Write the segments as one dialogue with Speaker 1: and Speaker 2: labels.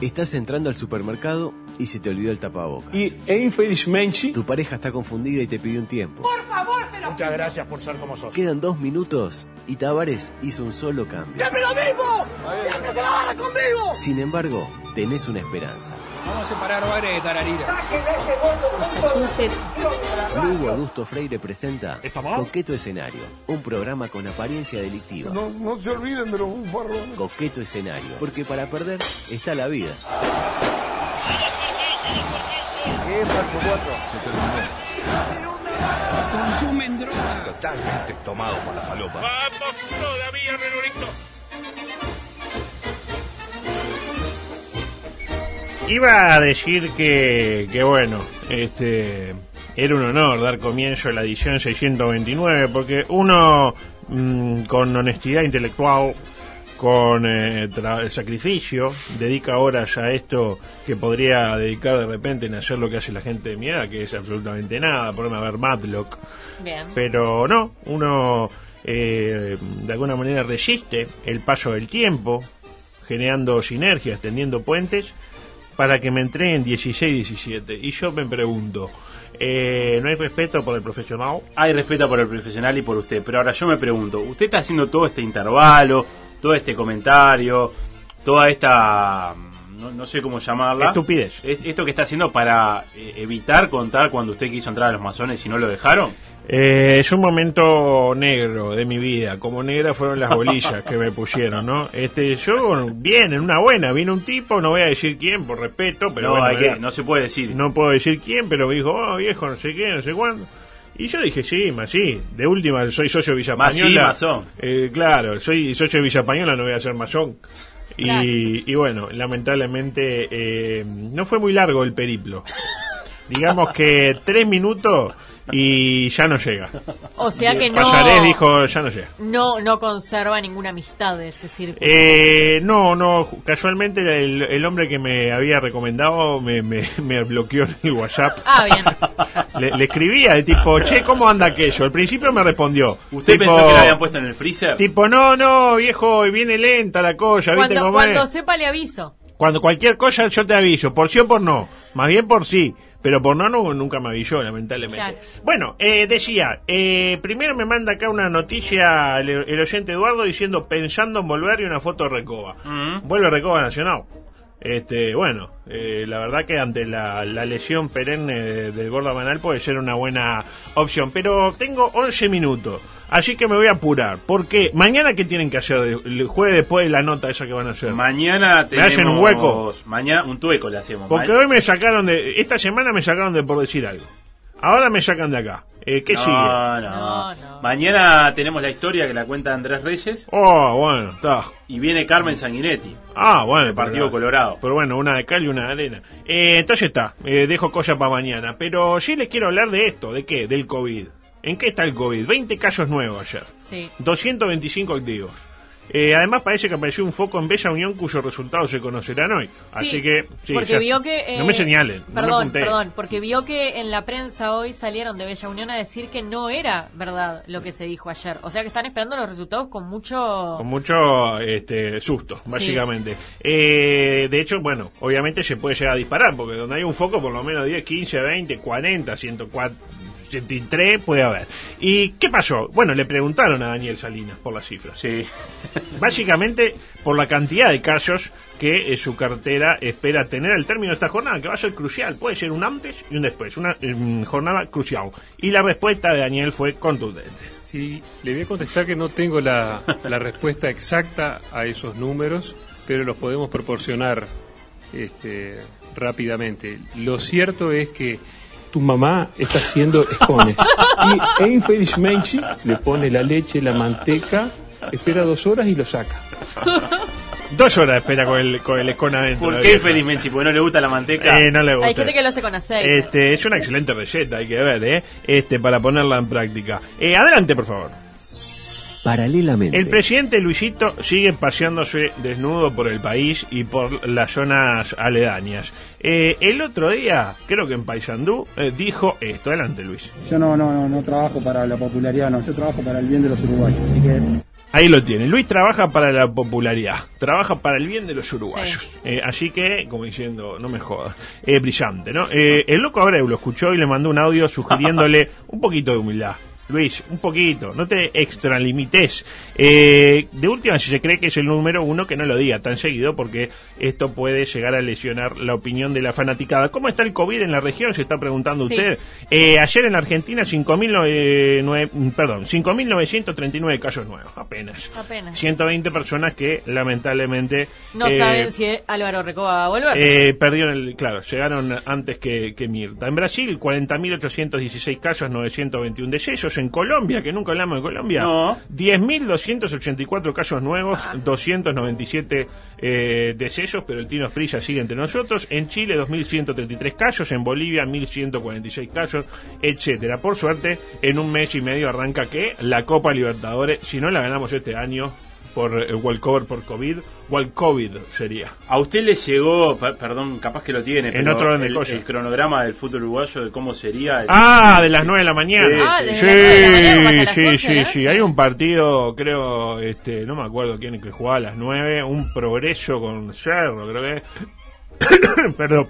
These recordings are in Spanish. Speaker 1: Estás entrando al supermercado y se te olvidó el tapabocas.
Speaker 2: E, e infelizmente,
Speaker 1: Tu pareja está confundida y te pide un tiempo.
Speaker 3: Por favor, se lo
Speaker 4: Muchas gracias por ser como sos.
Speaker 1: Quedan dos minutos y Tavares hizo un solo cambio.
Speaker 3: ¡Siempre lo mismo! ¡Siempre se la barra conmigo!
Speaker 1: Sin embargo, tenés una esperanza.
Speaker 5: Vamos a separar hogares de tararira.
Speaker 1: Lugo Adusto Freire presenta
Speaker 4: ¿Estamos?
Speaker 1: Coqueto Escenario, un programa con apariencia delictiva.
Speaker 6: No, no se olviden de los bufarrones.
Speaker 1: Coqueto Escenario, porque para perder está la vida.
Speaker 5: Consumen droga.
Speaker 7: Totalmente tomado por la palopa.
Speaker 8: Vamos todavía, Renurito.
Speaker 9: Iba a decir que, que bueno, este era un honor dar comienzo a la edición 629 porque uno mm, con honestidad intelectual, con eh, tra- sacrificio, dedica horas a esto que podría dedicar de repente en hacer lo que hace la gente de mi edad, que es absolutamente nada, ponerme a ver Matlock.
Speaker 3: Bien.
Speaker 9: Pero no, uno eh, de alguna manera resiste el paso del tiempo, generando sinergias, tendiendo puentes, para que me entreguen 16-17. Y yo me pregunto, eh, ¿no hay respeto por el profesional?
Speaker 10: Hay respeto por el profesional y por usted, pero ahora yo me pregunto, usted está haciendo todo este intervalo, todo este comentario, toda esta... no, no sé cómo llamarla.
Speaker 9: Estupidez.
Speaker 10: Es- Esto que está haciendo para eh, evitar contar cuando usted quiso entrar a los masones y no lo dejaron.
Speaker 9: Eh, es un momento negro de mi vida, como negra fueron las bolillas que me pusieron, ¿no? Este, yo, bien, en una buena, vino un tipo, no voy a decir quién, por respeto, pero
Speaker 10: no,
Speaker 9: bueno,
Speaker 10: hay que-
Speaker 9: era-
Speaker 10: eh, no se puede decir.
Speaker 9: no puedo decir quién, pero me dijo, oh, viejo, no sé qué, no sé cuándo. Y yo dije, sí, más sí. De última, soy socio de Villa
Speaker 10: Más sí,
Speaker 9: Española.
Speaker 10: masón.
Speaker 9: Eh, claro, soy socio de Villa Española, no voy a ser masón. Y,
Speaker 3: Claro.
Speaker 9: y bueno, lamentablemente eh, no fue muy largo el periplo. Digamos que tres minutos y ya no llega.
Speaker 3: O sea que no.
Speaker 9: Pasarés dijo, ya no llega.
Speaker 3: No, no conserva ninguna amistad de ese círculo.
Speaker 9: Eh, no, no, casualmente el, el hombre que me había recomendado me, me, me bloqueó en el WhatsApp.
Speaker 3: Ah, bien.
Speaker 9: Le, le escribía de tipo, che, ¿cómo anda aquello? Al principio me respondió.
Speaker 10: ¿Usted
Speaker 9: tipo,
Speaker 10: pensó que lo habían puesto en el freezer?
Speaker 9: Tipo, no, no, viejo, viene lenta la cosa, ¿viste
Speaker 3: Cuando,
Speaker 9: cómo
Speaker 3: cuando
Speaker 9: es?
Speaker 3: sepa le aviso.
Speaker 9: Cuando cualquier cosa yo te aviso, por sí o por no, más bien por sí, pero por no, no nunca me avisó, lamentablemente.
Speaker 3: Claro.
Speaker 9: Bueno, eh, decía, eh, primero me manda acá una noticia el, el oyente Eduardo diciendo pensando en volver y una foto de Recoba. Vuelve Recoba Nacional. Este, bueno, eh, la verdad que ante la, la lesión perenne de- del gordo banal puede ser una buena opción, pero tengo 11 minutos, así que me voy a apurar, porque mañana qué tienen que hacer, el jueves después de la nota esa que van a hacer.
Speaker 10: Mañana
Speaker 9: ¿Me
Speaker 10: tenemos...
Speaker 9: hacen un hueco?
Speaker 10: Mañana un tueco le hacemos.
Speaker 9: Porque
Speaker 10: Ma-
Speaker 9: hoy me sacaron de. Esta semana me sacaron de por decir algo. Ahora me sacan de acá. Eh, ¿Qué
Speaker 10: no,
Speaker 9: sigue?
Speaker 10: no.
Speaker 3: No, no.
Speaker 10: Mañana tenemos la historia que la cuenta Andrés Reyes
Speaker 9: Oh, bueno, está.
Speaker 10: y viene Carmen Sanguinetti.
Speaker 9: Ah, bueno.
Speaker 10: El Partido
Speaker 9: pero-
Speaker 10: Colorado.
Speaker 9: Pero bueno, una de cal y una de arena. Eh, entonces está. eh, dejo cosas para mañana. Pero sí les quiero hablar de esto. ¿De qué? Del COVID. ¿En qué está el COVID? 20 casos nuevos ayer.
Speaker 3: Sí.
Speaker 9: 225 activos. Eh, además parece que apareció un foco en Bella Unión cuyos resultados se conocerán hoy. Así
Speaker 3: Sí,
Speaker 9: que... sí,
Speaker 3: porque
Speaker 9: ya
Speaker 3: vio
Speaker 9: está.
Speaker 3: que. eh,
Speaker 9: no me señalen. no me
Speaker 3: Perdón,
Speaker 9: apunten.
Speaker 3: perdón. Porque vio que en la prensa hoy salieron de Bella Unión a decir que no era verdad lo que se dijo ayer. O sea que están esperando los resultados con mucho.
Speaker 9: Con mucho este, susto, básicamente. Eh, de hecho, bueno, obviamente se puede llegar a disparar, porque donde hay un foco, por lo menos 10, 15, 20, 40, 104, 103 puede haber. ¿Y qué pasó? Bueno, le preguntaron a Daniel Salinas por las cifras.
Speaker 10: Sí.
Speaker 9: Básicamente por la cantidad de casos que eh, su cartera espera tener al término de esta jornada, que va a ser crucial. Puede ser un antes y un después, una mm, jornada crucial. Y la respuesta de Daniel fue contundente.
Speaker 2: sí, le voy a contestar que no tengo la, la respuesta exacta a esos números, pero los podemos proporcionar este, rápidamente. Lo cierto es que tu mamá está haciendo escones y e infelizmente le pone la leche, la manteca, espera dos horas y lo saca.
Speaker 9: Dos horas de espera con el, con el escon adentro.
Speaker 10: ¿Por
Speaker 9: la
Speaker 10: qué
Speaker 9: vieja.
Speaker 10: Feliz Menchi? Porque no le gusta la manteca.
Speaker 9: Eh, no le gusta.
Speaker 3: Hay gente que lo hace con aceite.
Speaker 9: Este, es una excelente receta, hay que ver, ¿eh? Este, para ponerla en práctica. Eh, adelante, por favor.
Speaker 1: Paralelamente,
Speaker 9: El presidente Luisito sigue paseándose desnudo por el país y por las zonas aledañas. Eh, el otro día, creo que en Paysandú, eh, dijo esto. Adelante, Luis.
Speaker 6: Yo no, no, no, no trabajo para la popularidad, no. Yo trabajo para el bien de los uruguayos. Así que
Speaker 9: Ahí lo tiene. Luis trabaja para la popularidad, trabaja para el bien de los uruguayos.
Speaker 3: Sí.
Speaker 9: Eh, así que, como diciendo, no me jodas. Eh, brillante, ¿no? Eh, el loco Abreu lo escuchó y le mandó un audio sugiriéndole un poquito de humildad. Luis, un poquito, no te extralimites. Eh, de última, si se cree que es el número uno, que no lo diga tan seguido, porque esto puede llegar a lesionar la opinión de la fanaticada. ¿Cómo está el COVID en la región? Se está preguntando
Speaker 3: Sí.
Speaker 9: usted. Eh, ayer en Argentina, 5.009, perdón, 5.939 casos nuevos, apenas.
Speaker 3: Apenas.
Speaker 9: 120 personas que lamentablemente
Speaker 3: No
Speaker 9: eh,
Speaker 3: saben si Álvaro Recoba va a volver.
Speaker 9: eh, perdieron el. Claro, llegaron antes que, que Mirta. En Brasil, 40.816 casos, 921 decesos. En Colombia, que nunca hablamos de Colombia,
Speaker 10: No.
Speaker 9: 10.284 casos nuevos, 297 eh, decesos, pero el Tino Prisa sigue entre nosotros. En Chile, 2.133 casos. En Bolivia, 1.146 casos, etcétera. Por suerte, en un mes y medio arranca que la Copa Libertadores, si no la ganamos este año por eh, walkover por COVID, walkovid sería.
Speaker 10: ¿A usted le llegó, per- perdón, capaz que lo tiene,
Speaker 9: En
Speaker 10: pero
Speaker 9: otro orden de
Speaker 10: el,
Speaker 9: cosas.
Speaker 10: el cronograma del fútbol uruguayo de cómo sería? el-
Speaker 9: Ah, de las 9 de la mañana.
Speaker 3: Ah,
Speaker 10: sí,
Speaker 3: desde
Speaker 9: Sí,
Speaker 3: las nueve de la mañana como hasta las
Speaker 9: sí,
Speaker 3: once de
Speaker 9: sí,
Speaker 3: la
Speaker 9: sí.
Speaker 3: noche.
Speaker 9: Hay un partido, creo, este, no me acuerdo quién es que jugaba a las 9, un progreso con Cerro, creo que. es. Perdón.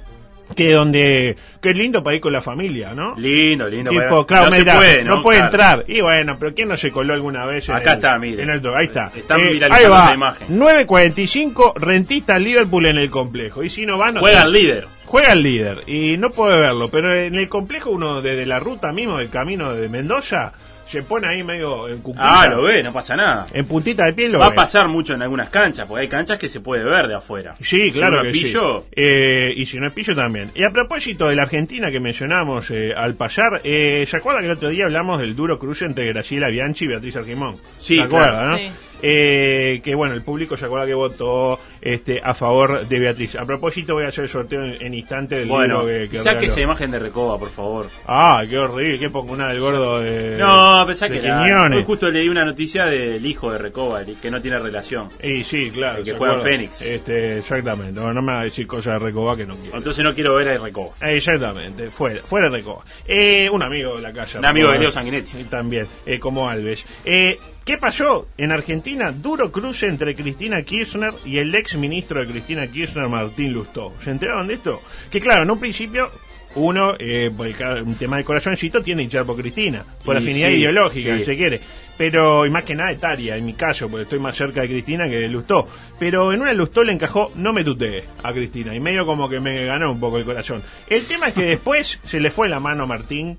Speaker 9: Que donde. Qué lindo para ir con la familia, ¿no?
Speaker 10: Lindo, lindo.
Speaker 9: Tipo,
Speaker 10: bueno.
Speaker 9: claro,
Speaker 10: se
Speaker 9: mira, no, puede
Speaker 10: Claro.
Speaker 9: entrar. Y bueno, pero ¿quién no se coló alguna vez? en
Speaker 10: Acá
Speaker 9: el-
Speaker 10: está, mire.
Speaker 9: en el dro- ahí está. Eh,
Speaker 10: Están
Speaker 9: ahí
Speaker 10: viralizando
Speaker 9: va.
Speaker 10: esa imagen.
Speaker 9: 9.45, rentista Liverpool en el complejo. Y si no van, no
Speaker 10: Juega
Speaker 9: tiene-
Speaker 10: el líder.
Speaker 9: Juega el líder y no puede verlo, pero en el complejo uno desde la ruta mismo del camino de Mendoza se pone ahí medio en puntita,
Speaker 10: Ah, lo ve, no pasa nada.
Speaker 9: en puntita de pie Eh, lo
Speaker 10: Va a
Speaker 9: ve.
Speaker 10: pasar mucho en algunas canchas, porque hay canchas que se puede ver de afuera.
Speaker 9: Sí,
Speaker 10: Si
Speaker 9: claro
Speaker 10: uno
Speaker 9: que
Speaker 10: es
Speaker 9: sí.
Speaker 10: pillo,
Speaker 9: Eh, y si no es pillo también. Y a propósito de la Argentina que mencionamos eh, al pasar, eh, ¿se acuerda que el otro día hablamos del duro cruce entre Graciela Bianchi y Beatriz Argimón?
Speaker 10: Sí,
Speaker 9: ¿Se acuerda,
Speaker 10: claro.
Speaker 9: no?
Speaker 3: Sí.
Speaker 9: Eh, que bueno, el público se acuerda que votó este, a favor de Beatriz. A propósito voy a hacer el sorteo en, en instante del
Speaker 10: Bueno,
Speaker 9: libro que, que
Speaker 10: saque
Speaker 9: regaló.
Speaker 10: esa imagen de Recoba, por favor.
Speaker 9: Ah, qué horrible, que pongo una del gordo de.
Speaker 10: No, pensá
Speaker 9: Eh, de
Speaker 10: que la-
Speaker 9: Quiñones.
Speaker 10: hoy justo leí una noticia del hijo de Recoba, el que no tiene relación.
Speaker 9: Y sí, claro.
Speaker 10: El que
Speaker 9: se
Speaker 10: juega en
Speaker 9: acuerda.
Speaker 10: Fénix.
Speaker 9: Este, exactamente. No, no me va a decir cosas de Recoba que no quiero.
Speaker 10: Entonces no quiero ver a Recoba.
Speaker 9: eh, Exactamente, fuera, fuera de Recoba. Eh, un amigo de la calle.
Speaker 10: Un amigo de
Speaker 9: Recoba.
Speaker 10: Leo Sanguinetti.
Speaker 9: Eh, También, eh, como Alves. Eh, ¿Qué pasó en Argentina? Duro cruce entre Cristina Kirchner y el ex ministro de Cristina Kirchner, Martín Lustó. ¿Se enteraron de esto? Que claro, en un principio... Uno, eh, por el ca- un tema de corazoncito, tiene hinchar por Cristina, por
Speaker 10: Y
Speaker 9: afinidad
Speaker 10: sí,
Speaker 9: ideológica,
Speaker 10: sí.
Speaker 9: si se quiere. Pero, y más que nada etaria, en mi caso, porque estoy más cerca de Cristina que de Lustó. Pero en una Lustó le encajó, no me tutee a Cristina, y medio como que me ganó un poco el corazón. El tema es que después se le fue la mano a Martín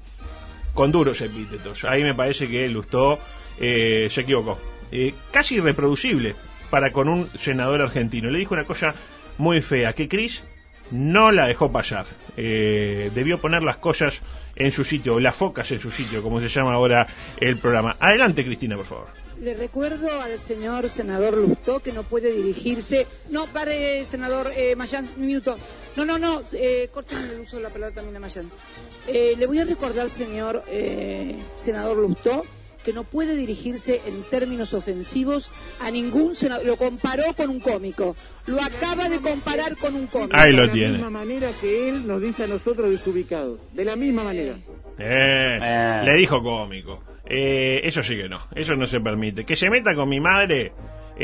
Speaker 9: con duros epítetos. Ahí me parece que Lustó eh, se equivocó. Eh, casi irreproducible para con un senador argentino. Le dijo una cosa muy fea, que Cris no la dejó pasar. Eh, debió poner las cosas en su sitio, las focas en su sitio, como se llama ahora el programa. Adelante, Cristina, por favor.
Speaker 4: Le recuerdo al señor senador Lustó que no puede dirigirse. No, pare, senador eh, Mayans, un minuto. No, no, no, eh, corten el uso de la palabra también a Mayans. Eh, le voy a recordar, señor eh, senador Lustó, que no puede dirigirse en términos ofensivos a ningún senador. Lo comparó con un cómico. Lo acaba de comparar con un cómico.
Speaker 9: Ahí lo tiene.
Speaker 4: manera que él nos dice a nosotros desubicados. De la misma manera.
Speaker 9: Eh,
Speaker 10: Eh.
Speaker 9: Le dijo cómico. Eh, eso sí que no, eso no se permite. Que se meta con mi madre,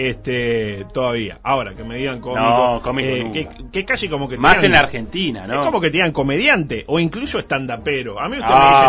Speaker 9: este, todavía. Ahora, que me digan cómico.
Speaker 10: No, cómico
Speaker 9: eh, que,
Speaker 10: nunca.
Speaker 9: que casi como que... te
Speaker 10: Más
Speaker 9: digan-
Speaker 10: en la Argentina, ¿no?
Speaker 9: Es como que te digan comediante o incluso estandapero. A mí usted
Speaker 10: Ah.
Speaker 9: me dice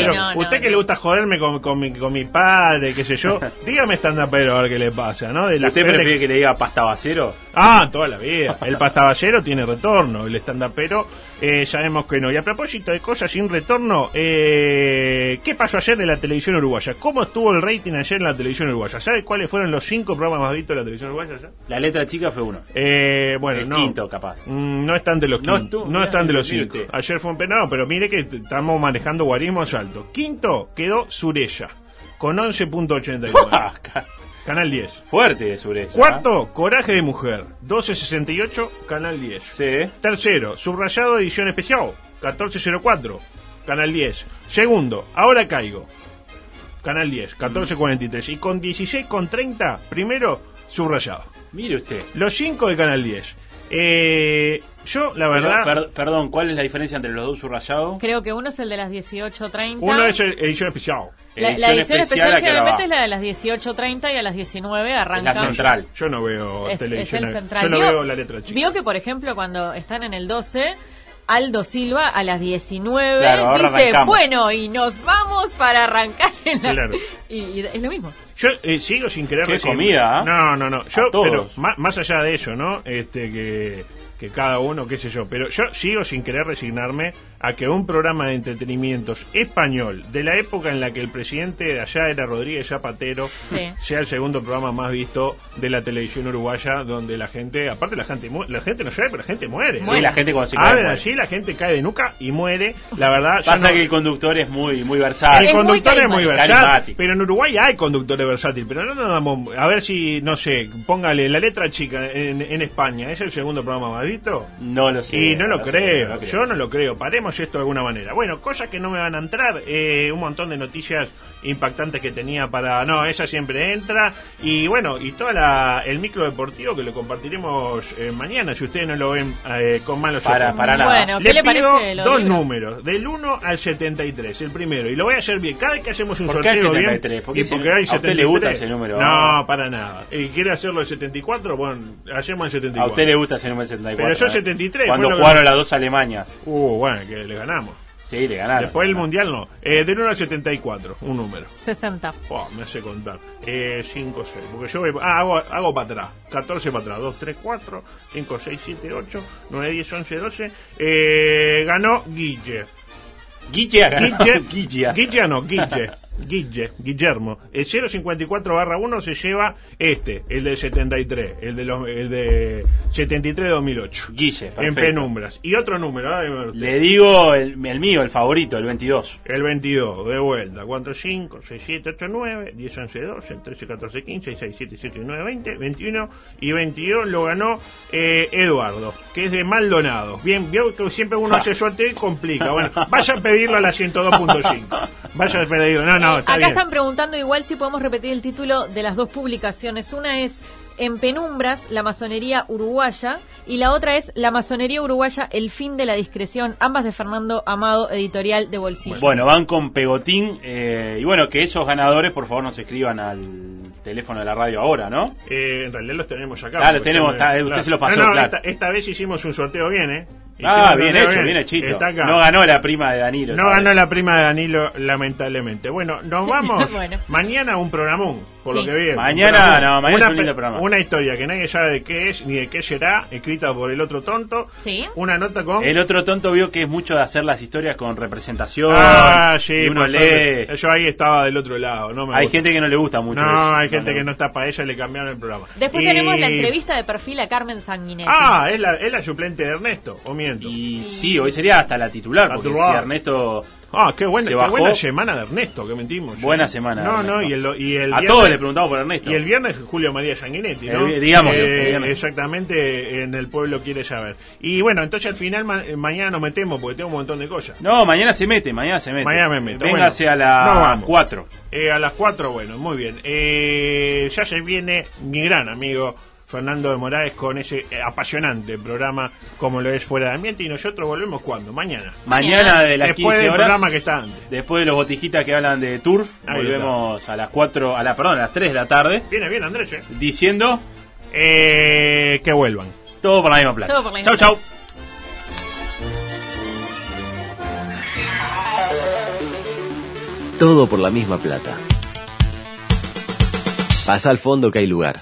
Speaker 9: estandapero.
Speaker 3: Sí, no, no,
Speaker 9: usted que
Speaker 3: no.
Speaker 9: le gusta joderme con, con mi, con mi padre, qué sé yo. dígame estandapero a ver qué le pasa, ¿no? De las
Speaker 10: ¿Usted
Speaker 9: peores-
Speaker 10: prefiere que le diga pasta vacero?
Speaker 9: Ah, toda la vida. El pastaballero tiene retorno, el estandapero eh, sabemos que no. Y a propósito de cosas sin retorno, eh, ¿qué pasó ayer de la televisión uruguaya? ¿Cómo estuvo el rating ayer en la televisión uruguaya? ¿Sabe cuáles fueron los cinco programas más vistos de la televisión uruguaya? ayer?
Speaker 10: La letra chica fue uno.
Speaker 9: Eh, bueno,
Speaker 10: El
Speaker 9: no.
Speaker 10: quinto, capaz.
Speaker 9: Mm, no están de los
Speaker 10: No
Speaker 9: quin-
Speaker 10: estuvo,
Speaker 9: no
Speaker 10: mirá,
Speaker 9: están de los
Speaker 10: mire
Speaker 9: cinco.
Speaker 10: usted.
Speaker 9: Ayer fue un penado, pero mire que t- estamos manejando guarismos altos. Quinto quedó Surella, con 11.89. Canal 10.
Speaker 10: Fuerte de sobre ¿eh? ella.
Speaker 9: Cuarto, Coraje de Mujer, 1268, Canal 10.
Speaker 10: Sí.
Speaker 9: Tercero, Subrayado Edición Especial, 1404, Canal 10. Segundo, Ahora Caigo, Canal 10, 1443. Y con 16,30, primero, Subrayado.
Speaker 10: Mire usted.
Speaker 9: Los cinco de Canal 10. Eh, yo, la
Speaker 10: Pero,
Speaker 9: verdad.
Speaker 10: per- perdón, ¿cuál es la diferencia entre los dos subrayados?
Speaker 3: Creo que uno es el de las 18.30.
Speaker 9: uno es el- edición especial. Eh,
Speaker 3: La, la edición especial
Speaker 10: la que la
Speaker 3: generalmente
Speaker 10: va.
Speaker 3: es la de las 18.30 y a las 19
Speaker 10: Es
Speaker 3: arranca.
Speaker 10: la central.
Speaker 9: Yo no veo
Speaker 3: Es, es
Speaker 9: televisión.
Speaker 3: el central.
Speaker 9: Yo no
Speaker 3: Vio-
Speaker 9: veo la letra chica.
Speaker 3: Vio que, por ejemplo, cuando están en el 12, Aldo Silva a las 19
Speaker 10: Claro, ahora
Speaker 3: dice,
Speaker 10: arrancamos.
Speaker 3: bueno, y nos vamos para arrancar en la...
Speaker 9: Claro.
Speaker 3: Y, y es lo mismo.
Speaker 9: Yo eh, sigo sin querer
Speaker 10: Qué
Speaker 9: recibir-
Speaker 10: comida, ¿ah?
Speaker 9: No, no, no. Yo,
Speaker 10: A todos.
Speaker 9: pero ma- más, allá de eso, ¿no? Este, que, que cada uno, qué sé yo. Pero yo sigo sin querer resignarme a que un programa de entretenimientos español de la época en la que el presidente de allá era Rodríguez Zapatero
Speaker 3: Sí.
Speaker 9: sea el segundo programa más visto de la televisión uruguaya donde la gente, aparte la gente, mu- la gente no llora, pero la gente muere.
Speaker 10: Sí, la gente cuando se cae,
Speaker 9: Abren
Speaker 10: muere.
Speaker 9: allí, la gente cae de nuca y muere. La verdad, yo
Speaker 10: Pasa
Speaker 9: no-
Speaker 10: que el conductor es muy,
Speaker 9: Ah,
Speaker 10: muy
Speaker 9: el
Speaker 10: versátil.
Speaker 3: Es muy
Speaker 9: conductor es muy
Speaker 3: carismático.
Speaker 9: versátil.
Speaker 10: Carismático.
Speaker 9: Pero en Uruguay hay conductores versátiles. Pero no nos damos. A ver si, no sé, póngale la letra chica en, en España. ¿Es el segundo programa más visto?
Speaker 10: No lo sé.
Speaker 9: Y no lo
Speaker 10: sé,
Speaker 9: creo,
Speaker 10: no lo
Speaker 9: yo no lo creo. Paremos esto de alguna manera. Bueno, cosas que no me van a entrar. eh, un montón de noticias impactantes que tenía para. No, esa siempre entra. Y bueno, y toda la, el micro deportivo que lo compartiremos eh, mañana, si ustedes no lo ven eh, con malos
Speaker 10: Para-
Speaker 9: ojos.
Speaker 10: para nada.
Speaker 3: Bueno, ¿qué le,
Speaker 9: pido
Speaker 3: parece lo
Speaker 9: dos
Speaker 3: del libro?
Speaker 9: números, del 1 al 73, el primero. Y lo voy a hacer bien. Cada vez que hacemos un
Speaker 10: ¿Por qué hay
Speaker 9: sorteo bien,
Speaker 10: 73? ¿Por qué
Speaker 9: y
Speaker 10: se-
Speaker 9: porque hay
Speaker 10: a usted le gusta
Speaker 9: 73.
Speaker 10: ese número?
Speaker 9: No, para nada. ¿Y quiere hacerlo el 74? Bueno, hacemos el 74.
Speaker 10: A usted le gusta ese número 74.
Speaker 9: Pero yo
Speaker 10: ¿eh?
Speaker 9: 73,
Speaker 10: Cuando
Speaker 9: fue lo que-
Speaker 10: jugaron las dos Alemanias.
Speaker 9: Uh, bueno, que le ganamos.
Speaker 10: Sí, le ganaron.
Speaker 9: Después del mundial no. Eh, del 1 al 74, un número.
Speaker 3: 60.
Speaker 9: Oh, me hace contar. Eh, 5, 6. Porque yo voy- ah, hago, hago para atrás. 14 para atrás. 2, 3, 4, 5, 6, 7, 8, 9, 10, 11, 12. Eh, ganó Guille.
Speaker 10: Guille ha ganado.
Speaker 9: Guille,
Speaker 10: Guille.
Speaker 9: Guille no, Guille. Guille, Guillermo. El 054 barra 1 se lleva este, el del 73, el de, los, el de 73 2008.
Speaker 10: Guille,
Speaker 9: en
Speaker 10: perfecto.
Speaker 9: penumbras. Y otro número, ah, dime usted.
Speaker 10: Le digo el, el mío, el favorito, el 22.
Speaker 9: El 22, de vuelta. ¿Cuánto? 5, 6, 7, 8, 9, 10, 11, 12, 13, 14, 15, 6, 7, 7, 9, 20, 21 y 22 lo ganó eh, Eduardo, que es de Maldonado. Bien, vio que siempre uno hace suerte y complica. Bueno, vaya a pedirlo a la 102.5. Vaya a pedirlo. No, no,
Speaker 3: Eh,
Speaker 9: está
Speaker 3: acá
Speaker 9: bien.
Speaker 3: están preguntando igual si podemos repetir el título de las dos publicaciones. Una es En penumbras, la masonería uruguaya, y la otra es La masonería uruguaya, el fin de la discreción, ambas de Fernando Amado, editorial de Bolsillo.
Speaker 10: Bueno, van con Pegotín. eh, y bueno, que esos ganadores, por favor, nos escriban al teléfono de la radio ahora, ¿no?
Speaker 9: Eh, en realidad los tenemos acá.
Speaker 10: Ah, los
Speaker 9: porque
Speaker 10: tenemos,
Speaker 9: yo me-
Speaker 10: está, usted se los pasó,
Speaker 9: No, no,
Speaker 10: claro.
Speaker 9: esta, esta vez hicimos un sorteo bien, ¿eh? Hicimos
Speaker 10: Ah,
Speaker 9: un
Speaker 10: bien
Speaker 9: sorteo
Speaker 10: hecho, bien hechito.
Speaker 9: Está acá.
Speaker 10: No ganó la prima de Danilo.
Speaker 9: No ganó la prima de Danilo, lamentablemente. Bueno, nos vamos.
Speaker 3: Bueno.
Speaker 9: Mañana un programón, por
Speaker 3: Sí.
Speaker 9: lo que veo.
Speaker 10: Mañana,
Speaker 9: Un programón.
Speaker 10: no, mañana
Speaker 9: una,
Speaker 10: es un lindo
Speaker 9: pe-
Speaker 10: programa.
Speaker 9: Una historia que nadie sabe de qué es ni de qué será, escrita por el otro tonto.
Speaker 3: Sí.
Speaker 9: Una nota con.
Speaker 10: El otro tonto vio que es mucho de hacer las historias con representación.
Speaker 9: Ah, sí,
Speaker 10: y uno
Speaker 9: por
Speaker 10: lee.
Speaker 9: suerte. Yo ahí estaba del otro lado. No me
Speaker 10: Hay
Speaker 9: gusta.
Speaker 10: gente que no le gusta mucho. eso.
Speaker 9: No, hay gente
Speaker 10: le
Speaker 9: que no
Speaker 10: gusta.
Speaker 9: está para ella, le cambiaron el programa.
Speaker 3: Después
Speaker 9: Y-
Speaker 3: tenemos la entrevista de perfil a Carmen Sanguinetti.
Speaker 9: Ah, es la, es la suplente de Ernesto, o miento.
Speaker 10: Y sí, hoy sería hasta la titular, porque
Speaker 9: Titular.
Speaker 10: si Ernesto.
Speaker 9: Ah, qué buena,
Speaker 10: Se
Speaker 9: qué
Speaker 10: bajó.
Speaker 9: buena semana de Ernesto que mentimos.
Speaker 10: Buena semana.
Speaker 9: No,
Speaker 10: Ernesto.
Speaker 9: no, y el, y el
Speaker 10: a
Speaker 9: viernes-
Speaker 10: todos les preguntamos por Ernesto.
Speaker 9: Y el viernes Julio María Sanguinetti, ¿no?
Speaker 10: Eh, digamos que
Speaker 9: Eh,
Speaker 10: sí, digamos.
Speaker 9: exactamente en el pueblo quiere saber. Y bueno, entonces al final ma- eh, mañana nos metemos porque tengo un montón de cosas.
Speaker 10: No, mañana se mete, mañana se mete.
Speaker 9: Mañana me meto,
Speaker 10: Véngase
Speaker 9: bueno.
Speaker 10: a
Speaker 9: No,
Speaker 10: las
Speaker 9: vamos.
Speaker 10: 4.
Speaker 9: Eh, a las 4, bueno, muy bien. Eh, ya se viene mi gran amigo Fernando de Morales con ese eh, apasionante programa como lo es Fuera de Ambiente y nosotros volvemos cuando mañana.
Speaker 10: Mañana de las
Speaker 9: Después
Speaker 10: 15
Speaker 9: del
Speaker 10: horas.
Speaker 9: programa que está antes.
Speaker 10: Después de los botijitas que hablan de Turf,
Speaker 9: Ahí
Speaker 10: volvemos a las 4, a la, perdón, a las 3 de la tarde,
Speaker 9: Viene bien Andrés, ¿eh?
Speaker 10: diciendo
Speaker 9: Eh, que vuelvan.
Speaker 10: todo por la misma plata.
Speaker 3: Todo por la misma
Speaker 10: chau, chau.
Speaker 1: Todo por la misma plata. Pasa al fondo que hay lugar.